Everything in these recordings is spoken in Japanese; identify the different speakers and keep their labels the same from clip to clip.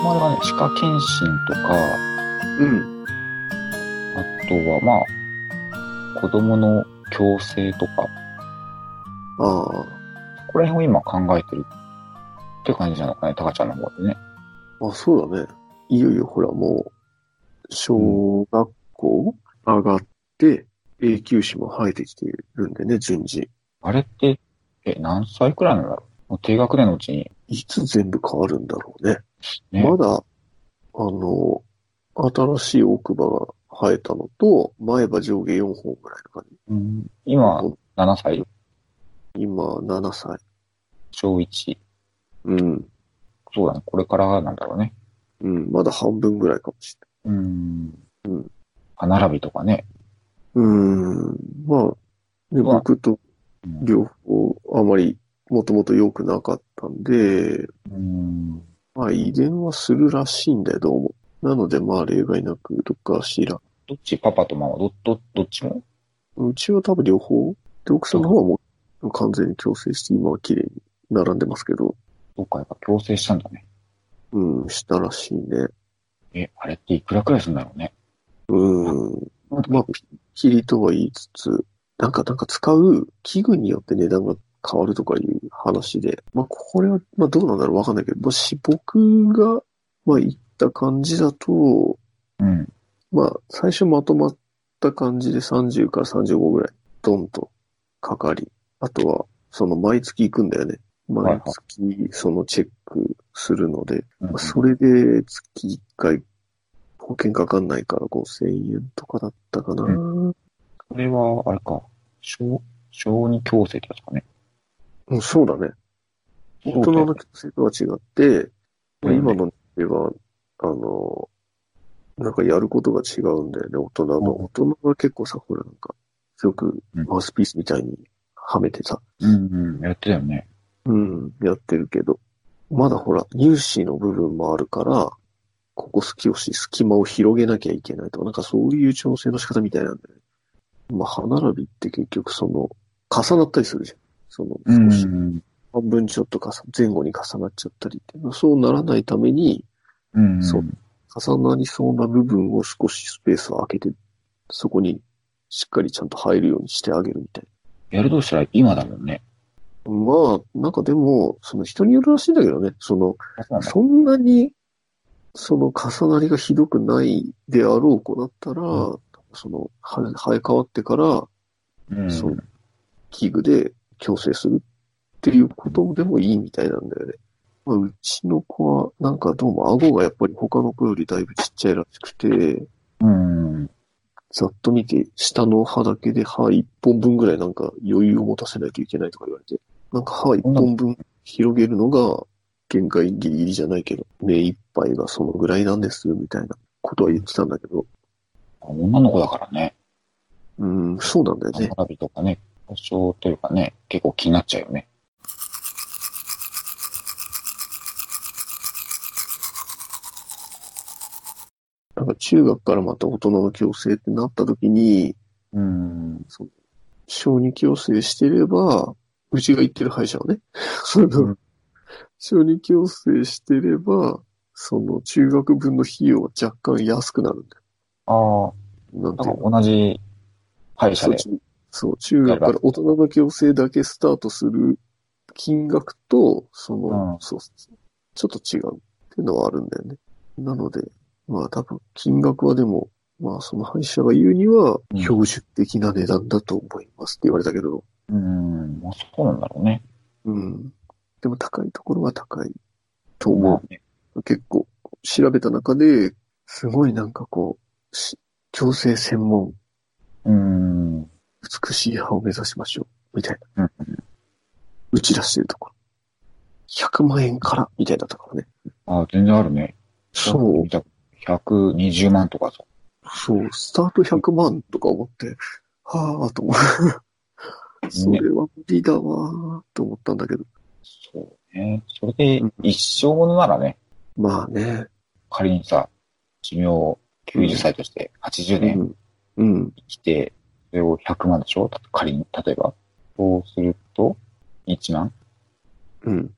Speaker 1: 塚謙信とか、
Speaker 2: うん。
Speaker 1: あとは、まあ、子供の矯正とか、
Speaker 2: あ
Speaker 1: ここら辺を今考えてるって感じじゃないかね、タカちゃんの方でね。
Speaker 2: あ。あ、そうだね。いよいよほらもう、小学校上がって、永久歯も生えてきているんでね、順次。
Speaker 1: あれって、え、何歳くらいなんだろうもう低学年のうちに、
Speaker 2: いつ全部変わるんだろうね。
Speaker 1: ね、
Speaker 2: まだ、あの、新しい奥歯が生えたのと、前歯上下4本ぐらいの感じ。
Speaker 1: うん今、7歳、
Speaker 2: 今、7歳。
Speaker 1: 小1。
Speaker 2: うん。
Speaker 1: そうだね、これからなんだろうね。
Speaker 2: うん、まだ半分ぐらいかもし
Speaker 1: うん。
Speaker 2: うん
Speaker 1: 歯並びとかね。
Speaker 2: れない。うーん、まあ、ね、
Speaker 1: まあ
Speaker 2: 僕と
Speaker 1: うん
Speaker 2: 両方あまりもともと良くなかったんで、
Speaker 1: うん。
Speaker 2: まあ遺伝はするらしいんだよ、どうも。なのでまあ例外なくどっかしら。
Speaker 1: どっちパパとママ、ど、ど、どっちも
Speaker 2: うちは多分両方。で、奥さんの方はもう完全に矯正して今は綺麗に並んでますけど、
Speaker 1: そうか、やっぱ矯正したんだね。
Speaker 2: うん、したらしいね。
Speaker 1: え、あれっていくらくらいするんだろうね。
Speaker 2: うん。まあ、ピッキリとは言いつつ、なんか、なんか使う器具によって値段が変わるとかいう話で、まあ、これは、まあ、どうなんだろうわかんないけど、まあ、し、僕が、まあ、言った感じだと、
Speaker 1: うん。
Speaker 2: まあ、最初まとまった感じで30から35ぐらい、ドンとかかり、あとは、その、毎月行くんだよね。
Speaker 1: はい
Speaker 2: 毎月、その、チェックするので、
Speaker 1: うん
Speaker 2: それで月1回保険かかんないから5000円とかだったかな。う
Speaker 1: こ
Speaker 2: ん、
Speaker 1: れは、あれか、小、小児矯正ってやつかね。
Speaker 2: そうだね。大人の矯正とは違って、
Speaker 1: うん
Speaker 2: 今のでは、あの、なんかやることが違うんだよね、大人の。
Speaker 1: うん
Speaker 2: 大人は結構さ、ほらなんか、すごく
Speaker 1: うん
Speaker 2: マウスピースみたいにはめてさ、
Speaker 1: うんうん、やってたよね。
Speaker 2: うん、やってるけど、まだほら、乳歯の部分もあるから、ここ隙をし、隙間を広げなきゃいけないとか、なんかそういう調整の仕方みたいなんだよね。まあ、歯並びって結局その、重なったりするじゃん。その、少し
Speaker 1: ん。
Speaker 2: 半分ちょっとかさ、前後に重なっちゃったりっていうのはそうならないために、
Speaker 1: うん。
Speaker 2: そう重なりそうな部分を少しスペースを空けて、そこにしっかりちゃんと入るようにしてあげるみたいな。
Speaker 1: やるとしたら今だもんね。
Speaker 2: まあ、なんかでも、その人によるらしいんだけどね、その、
Speaker 1: そう
Speaker 2: そんなに、その重なりがひどくないであろう子だったら、
Speaker 1: う
Speaker 2: その、は生え変わってから
Speaker 1: なんだ。うん。
Speaker 2: そう器具で矯正するっていうことでもいいみたいなんだよね。まあ、うちの子は、なんかどうも顎がやっぱり他の子よりだいぶちっちゃいらしくて、
Speaker 1: うん。
Speaker 2: ざっと見て、下の歯だけで歯一本分ぐらいなんか余裕を持たせないといけないとか言われて、なんか歯一本分広げるのが限界ギリギリじゃないけど、目一杯がそのぐらいなんです、みたいなことは言ってたんだけど、
Speaker 1: 女の子だからね。
Speaker 2: うん、そうなんだよね。
Speaker 1: 花火とかね、故障というかね、結構気になっちゃうよね。
Speaker 2: なんか中学からまた大人の矯正ってなった時に、
Speaker 1: うん。
Speaker 2: 小児矯正してれば、うちが言ってる歯医者はね、 その、
Speaker 1: うん
Speaker 2: 小児矯正してれば、その中学分の費用は若干安くなるんだ
Speaker 1: あ
Speaker 2: よ。なん
Speaker 1: あ、
Speaker 2: てい
Speaker 1: な
Speaker 2: うの
Speaker 1: んか同じ歯医者
Speaker 2: そう
Speaker 1: で。
Speaker 2: 中そう、中学から大人の矯正だけスタートする金額と、その、
Speaker 1: うん
Speaker 2: そうそうそうちょっと違うっていうのはあるんだよね。なので、まあ多分金額はでも、まあその歯医者が言うには
Speaker 1: うん
Speaker 2: 標準的な値段だと思いますって言われたけど、
Speaker 1: うん。まあそうなんだろうね。
Speaker 2: うん。でも高いところは高いと思う。
Speaker 1: うね。
Speaker 2: 結構調べた中で、すごいなんかこう、し矯正専門、
Speaker 1: うん。
Speaker 2: 美しい歯を目指しましょう、みたい
Speaker 1: うん
Speaker 2: な。打ち出してるところ。100万円から、みたいだったからね。
Speaker 1: ああ、全然あるね。
Speaker 2: そう
Speaker 1: 見、た。120万とかさ。
Speaker 2: そう、スタート100万とか思って、はぁーと思う。それは無理だわーと思ったんだけど。
Speaker 1: そうね。それで、一生ものならね、
Speaker 2: まあね。
Speaker 1: 仮にさ、寿命を90歳として80
Speaker 2: う
Speaker 1: 年
Speaker 2: ん。うん。
Speaker 1: 生きて、それを100万でしょ仮に、例えば。そうすると、1万
Speaker 2: うん。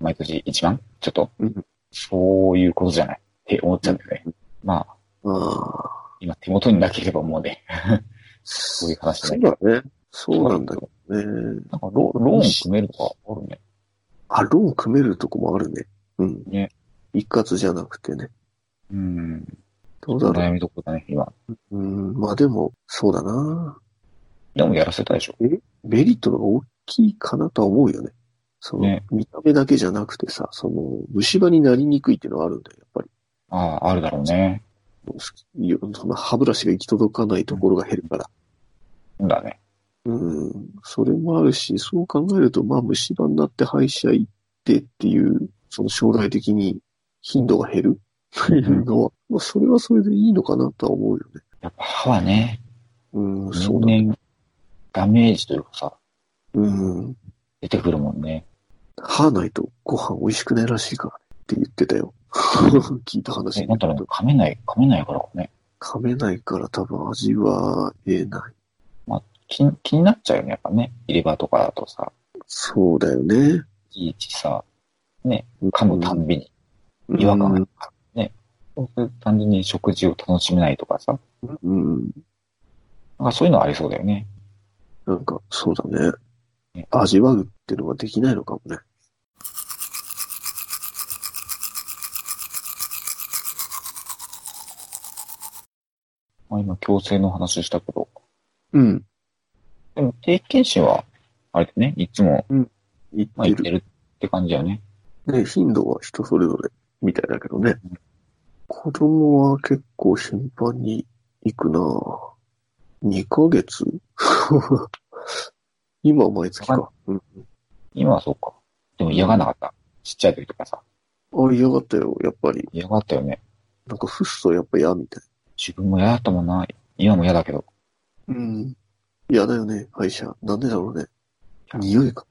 Speaker 1: 毎年1万ちょっと、
Speaker 2: うん
Speaker 1: そういうことじゃない。って思っちゃうんだよね。まあ、
Speaker 2: ああ、
Speaker 1: 今手元になければもうね、 そういう話
Speaker 2: そ
Speaker 1: に
Speaker 2: う
Speaker 1: な
Speaker 2: だ
Speaker 1: る。
Speaker 2: ね。そうなんだけどね。
Speaker 1: なんかロローン組めるとかあるね。
Speaker 2: あ、ローン組めるとこもあるね。うん。
Speaker 1: ね。
Speaker 2: 一括じゃなくてね。
Speaker 1: うん。
Speaker 2: どうだろ
Speaker 1: 悩みどころだね、今。
Speaker 2: う。うん。まあでも、そうだな。
Speaker 1: でもやらせたでしょ。
Speaker 2: メリットの方が大きいかなとは思うよね。その、
Speaker 1: ね
Speaker 2: 見た目だけじゃなくてさ、その、虫歯になりにくいっていうのはあるんだよ、やっぱり。
Speaker 1: ああ、あるだろうね。
Speaker 2: よその歯ブラシが行き届かないところが減るから。
Speaker 1: そうだね。
Speaker 2: うん。それもあるし、そう考えると、まあ虫歯になって歯医者行ってっていう、その将来的に頻度が減るっていうのは、まあそれはそれでいいのかなとは思うよね。
Speaker 1: やっぱ歯はね、
Speaker 2: うん、そうだね。
Speaker 1: 年々ダメージというかさ、
Speaker 2: うん。
Speaker 1: 出てくるもんね。
Speaker 2: 歯ないとご飯美味しくないらしいからねって言ってたよ。 聞いた話
Speaker 1: え、
Speaker 2: に
Speaker 1: な
Speaker 2: よ
Speaker 1: んだろう
Speaker 2: る
Speaker 1: ね
Speaker 2: と、
Speaker 1: 噛めない、噛めないからかね。
Speaker 2: 噛めないから多分味はえない。
Speaker 1: 気に気になっちゃうよね、やっぱね。入れ歯とかだとさ、
Speaker 2: そうだよね。
Speaker 1: いちいちさ、ね、噛むたんびに違和感があるからね。そうすると単純に食事を楽しめないとかさ、
Speaker 2: うん。うん。
Speaker 1: なんかそういうのはありそうだよね。
Speaker 2: なんか、そうだね
Speaker 1: ね。
Speaker 2: 味わうってのはできないのかもね。
Speaker 1: まあ、今、矯正の話したけど、
Speaker 2: うん。
Speaker 1: でも定期検診は、あれだね、いつも、
Speaker 2: 言っ
Speaker 1: まあ、行
Speaker 2: て
Speaker 1: っ
Speaker 2: る
Speaker 1: て。るって感じだよね。
Speaker 2: ね、頻度は人それぞれみたいだけどね。子供は結構頻繁に行くなぁ2ヶ月 今は毎月か。うん。
Speaker 1: 今はそうか。でも嫌がんなかった。ちっちゃい時とかさ。
Speaker 2: あ、嫌がったよ、やっぱり。
Speaker 1: 嫌がったよね。
Speaker 2: なんか、フッ素やっぱ嫌みたい。
Speaker 1: 自分も嫌だったもんな。今も嫌だけど。
Speaker 2: うん。嫌だよね、歯医者。なんでだろうね。匂いか。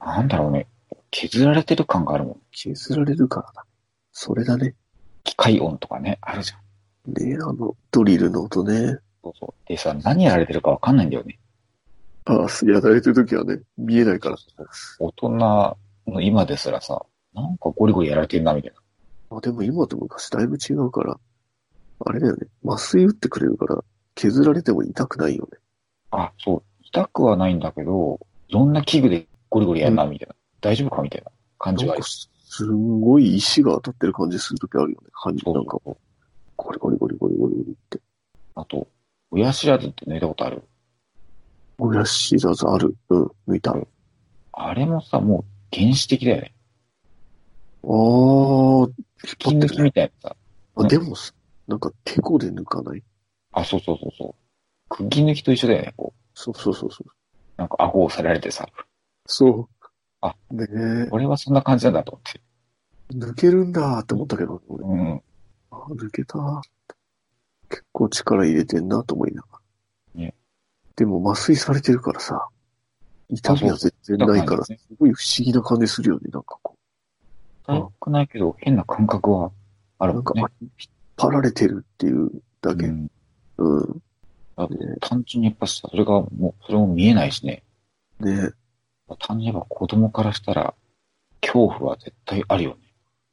Speaker 1: なんだろうね。削られてる感があるもん。
Speaker 2: 削られるからだ。それだね。
Speaker 1: 機械音とかね、あるじゃん。
Speaker 2: で、あの、ドリルの音ね。
Speaker 1: そうそう。でさ、何やられてるかわかんないんだよね。
Speaker 2: あ、やられてる時はね、見えないから。
Speaker 1: 大人の今ですらさ、なんかゴリゴリやられてるな、みたいな。
Speaker 2: まあでも今と昔だいぶ違うから、あれだよね。麻酔打ってくれるから、削られても痛くないよね。
Speaker 1: あ、そう。痛くはないんだけど、いろんな器具でゴリゴリやるな、みたいな。大丈夫かみたいな感じ
Speaker 2: な
Speaker 1: はあ
Speaker 2: ん
Speaker 1: る
Speaker 2: か。すんごい石が当たってる感じするときあるよね。歯に
Speaker 1: そう
Speaker 2: なんかゴリゴリゴリゴリゴリゴリって。
Speaker 1: あと、親知らずって抜いたことある
Speaker 2: 親知らずある。うん、抜いた。あ
Speaker 1: あれもさ、もう原始的だよね。
Speaker 2: あー、
Speaker 1: 筋
Speaker 2: 引っ張って
Speaker 1: 抜き
Speaker 2: るね。
Speaker 1: みたいなさ。
Speaker 2: あ、でもさ、なんかテコで抜かない。
Speaker 1: あ、そうそうそうそう。釘抜きと一緒だよね。こ
Speaker 2: そうそうそうそう。
Speaker 1: う、なんか顎をさられてさ、
Speaker 2: そう。
Speaker 1: あ、
Speaker 2: ねえ、
Speaker 1: これはそんな感じなんだと思って。
Speaker 2: 抜けるんだーって思ったけど、俺
Speaker 1: うん。
Speaker 2: あー、抜けたーって。結構力入れてんなと思いながら。
Speaker 1: ね
Speaker 2: でも麻酔されてるからさ、痛みは全然ないから、
Speaker 1: 痛く
Speaker 2: す
Speaker 1: ないです
Speaker 2: ごい不思議な感じするよね、なんかこ
Speaker 1: 痛くないけど、変な感覚はあ
Speaker 2: う。
Speaker 1: る
Speaker 2: な
Speaker 1: も
Speaker 2: ん
Speaker 1: ん
Speaker 2: か、
Speaker 1: ね。
Speaker 2: 引っ張られてるっていうだけ。
Speaker 1: う
Speaker 2: う
Speaker 1: ん、
Speaker 2: ん。うん、
Speaker 1: 単純にやっぱさ、それがもう、それも見えないしね。
Speaker 2: ね
Speaker 1: 単純にやっぱ子供からしたら、恐怖は絶対あるよ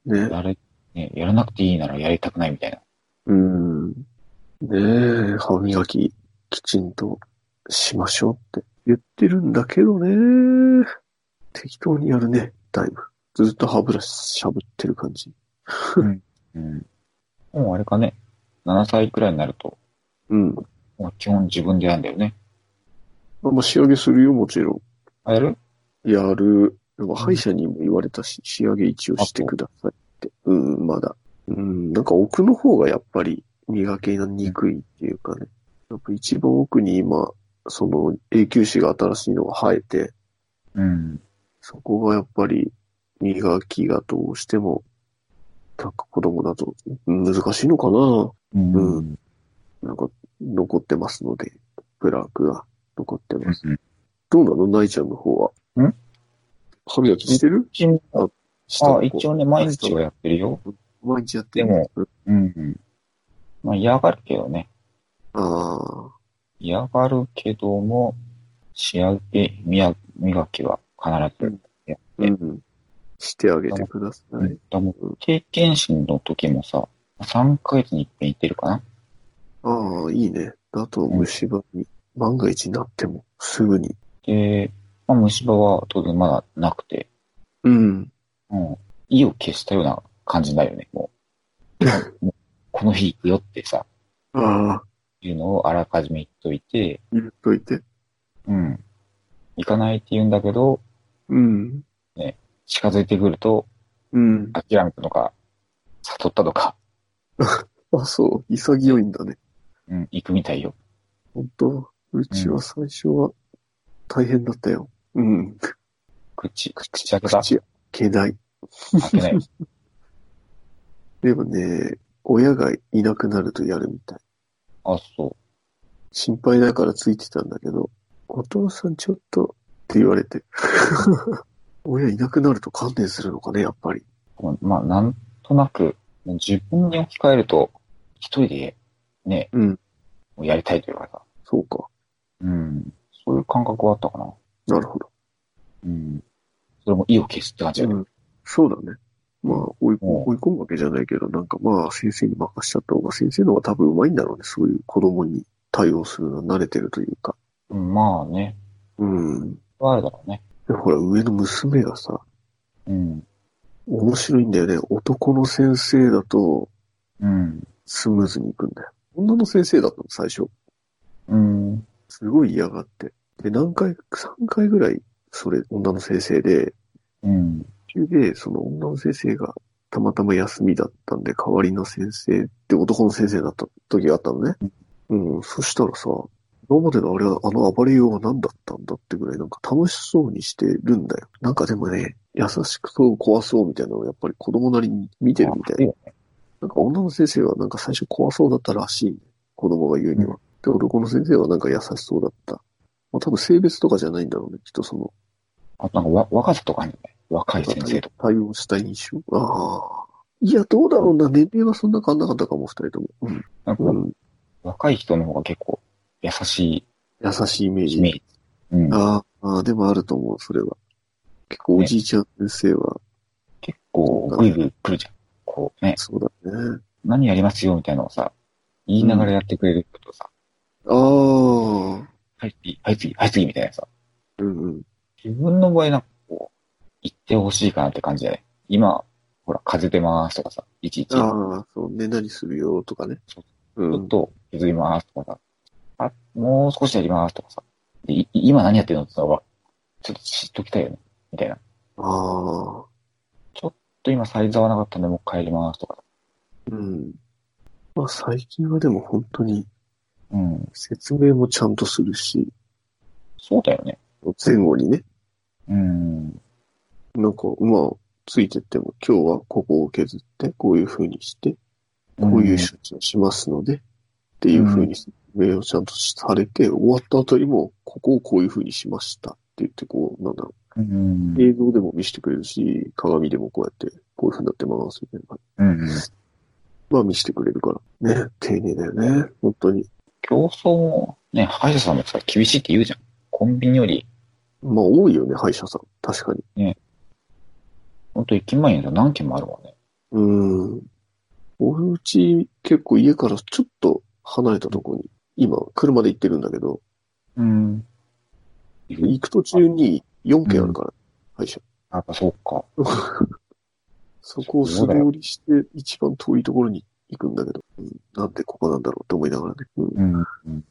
Speaker 1: ね。
Speaker 2: ね
Speaker 1: やれ、ね、やらなくていいならやりたくないみたいな。
Speaker 2: うん。ねえ、歯磨ききちんとしましょうって言ってるんだけどね。適当にやるね、だいぶ。ずっと歯ブラシしゃぶってる感じ。
Speaker 1: うん。もうあれかね、7歳くらいになると、
Speaker 2: うん。
Speaker 1: もう基本自分でやるんだよね。
Speaker 2: まあまあ、仕上げするよ、もちろ
Speaker 1: あ、やる
Speaker 2: ん。やる。でも歯医者にも言われたし、仕上げ一応してくださいって。うん、まだ。うん、なんか奥の方がやっぱり磨きにくいっていうかね。やっぱ一番奥に今、その永久歯が新しいのが生えて、
Speaker 1: うん。
Speaker 2: そこがやっぱり磨きがどうしても、なんか子供だと難しいのか
Speaker 1: うん。
Speaker 2: う
Speaker 1: うん
Speaker 2: ななんか残ってますので、プラークが残ってます。どうなのナイちゃんの方は。
Speaker 1: ん
Speaker 2: 歯磨きしてる
Speaker 1: 一応
Speaker 2: 下の
Speaker 1: あ
Speaker 2: 子
Speaker 1: 一応ね、毎日はやってるよ。
Speaker 2: 毎日やってる
Speaker 1: でも。
Speaker 2: うん
Speaker 1: うん。まあ嫌がるけどね。
Speaker 2: ああ、
Speaker 1: 嫌がるけども、仕上げ、磨磨きは必ず。
Speaker 2: うん。してあげてください。
Speaker 1: だもう経験診の時もさ、3ヶ月に一遍行ってるかな
Speaker 2: ああ、いいね。あと、虫歯に、万が一なっても、すぐに。
Speaker 1: で、まあ、虫歯は当然まだなくて、
Speaker 2: うん。
Speaker 1: もう、意を消したような感じになるよね、もう。もうこの日行くよってさ、
Speaker 2: ああ、
Speaker 1: いうのをあらかじめ言っといて、
Speaker 2: 言っといて。
Speaker 1: うん。行かないって言うんだけど、
Speaker 2: うん。
Speaker 1: 近づいてくると、
Speaker 2: うん。
Speaker 1: 諦めたのか、悟ったのか、
Speaker 2: あ、そう。潔いんだね。
Speaker 1: うん、行くみたいよ。
Speaker 2: 本当うちは最初は、大変だったよ。うん。
Speaker 1: 口、口開けた
Speaker 2: 口、開けない。
Speaker 1: 開けない。
Speaker 2: でもね、親がいなくなるとやるみたい。
Speaker 1: あ、そ
Speaker 2: 心配だからついてたんだけど、お父さんちょっとって言われて。 親いなくなると観念するのかね、やっぱり。
Speaker 1: う。まあ、なんとなく、もう自分に置き換えると、一人で、ね、
Speaker 2: うん。
Speaker 1: もうやりたいというかさ、
Speaker 2: そうか。
Speaker 1: うん。そういう感覚はあったかな。
Speaker 2: なるほど。
Speaker 1: うん。それも意を消すって感じだよね。
Speaker 2: ん。そうだね。まあ、追い込
Speaker 1: うん
Speaker 2: 追い込むわけじゃないけど、なんかまあ、先生に任しちゃった方が先生の方が多分上手いんだろうね。そういう子供に対応するのは慣れてるというか。
Speaker 1: うん、まあね。
Speaker 2: うん。
Speaker 1: あれだろうね。
Speaker 2: で、ほら、上の娘がさ、
Speaker 1: うん。
Speaker 2: 面白いんだよね。男の先生だと
Speaker 1: うん。
Speaker 2: スムーズにいくんだよ。女の先生だったの、最初。
Speaker 1: うん。
Speaker 2: すごい嫌がって。で、何回、3回ぐらい、それ、女の先生で、
Speaker 1: うん。
Speaker 2: 途中で、その女の先生が、たまたま休みだったんで、代わりの先生って男の先生だった時があったのね。うん、そしたらさ、今までのあれは、あの暴れようは何だったんだってぐらい、なんか楽しそうにしてるんだよ。なんかでもね、優しくそう、怖そうみたいなのをやっぱり子供なりに見てるみたい
Speaker 1: いいよね
Speaker 2: なんか女の先生はなんか最初怖そうだったらしい。子供が言うには。で、男の先生はなんか優しそうだった。まあ多分性別とかじゃないんだろうね。きっとその、
Speaker 1: あとなんかわ若さとかあるよね。若い先生とか。
Speaker 2: 対応した印象。ああ。いや、どうだろうな。年齢はそんな変わんなかったかも、二人とも。うん。
Speaker 1: なんか
Speaker 2: うん。
Speaker 1: 若い人の方が結構優し
Speaker 2: 優しいイメー
Speaker 1: い
Speaker 2: ジ。
Speaker 1: イメージ。うん。
Speaker 2: あーあー、でもあると思う、それは。結構おじいちゃん先生は、
Speaker 1: 結構グイグイ来るじゃん。こうね、
Speaker 2: そうだね。
Speaker 1: 何やりますよみたいなのをさ、言いながらやってくれることさ、
Speaker 2: ああ。
Speaker 1: はい次、はい次、はい次みたいなさ。
Speaker 2: うんうん。
Speaker 1: 自分の場合なんかこう、言ってほしいかなって感じだね。今、ほら、風邪出ますとかさ、いちいち、ちょ
Speaker 2: ああ、そうね。何するよ、とかね
Speaker 1: そ。
Speaker 2: う
Speaker 1: っ
Speaker 2: ん。
Speaker 1: と削りますとかさ、あ、もう少しやりますとかさ、でい今何やってるのってのは、ちょっと知っときたいよね、みたいな。ちょ
Speaker 2: ああ。
Speaker 1: っと今サイズ合わなかったんでもう帰りますとかさ。
Speaker 2: うん。まあ最近はでも本当に
Speaker 1: うん。
Speaker 2: 説明もちゃんとするし、
Speaker 1: そうだよね。
Speaker 2: 前後にね、
Speaker 1: うん。
Speaker 2: なんか、まあ、ついてっても、今日はここを削って、こういう風にして、こういう処置をしますので、っていう風に説明をちゃんとされて、終わった後にも、ここをこういう風にしましたって言って、こう、なんだろ
Speaker 1: うん。
Speaker 2: う、映像でも見せてくれるし、鏡でもこうやって、こういう風になってますみたいな。
Speaker 1: うんうん。
Speaker 2: まあ見せてくれるから。ね、丁寧だよね、本当に。
Speaker 1: 競争も、ね、歯医者さんもさ、厳しいって言うじゃん。コンビニより、
Speaker 2: まあ多いよね、歯医者さん。確かに。
Speaker 1: ほんと駅前にさ、何軒もあるもんね。
Speaker 2: うーん。俺うち結構家からちょっと離れたとこに、今車で行ってるんだけど、
Speaker 1: うん。
Speaker 2: 行く途中に4軒あるから、歯医者。
Speaker 1: やっぱそうか。
Speaker 2: そこを素通りして一番遠いところに行くんだけど、うんなんでここなんだろうって思いながらね。うん
Speaker 1: うん。うん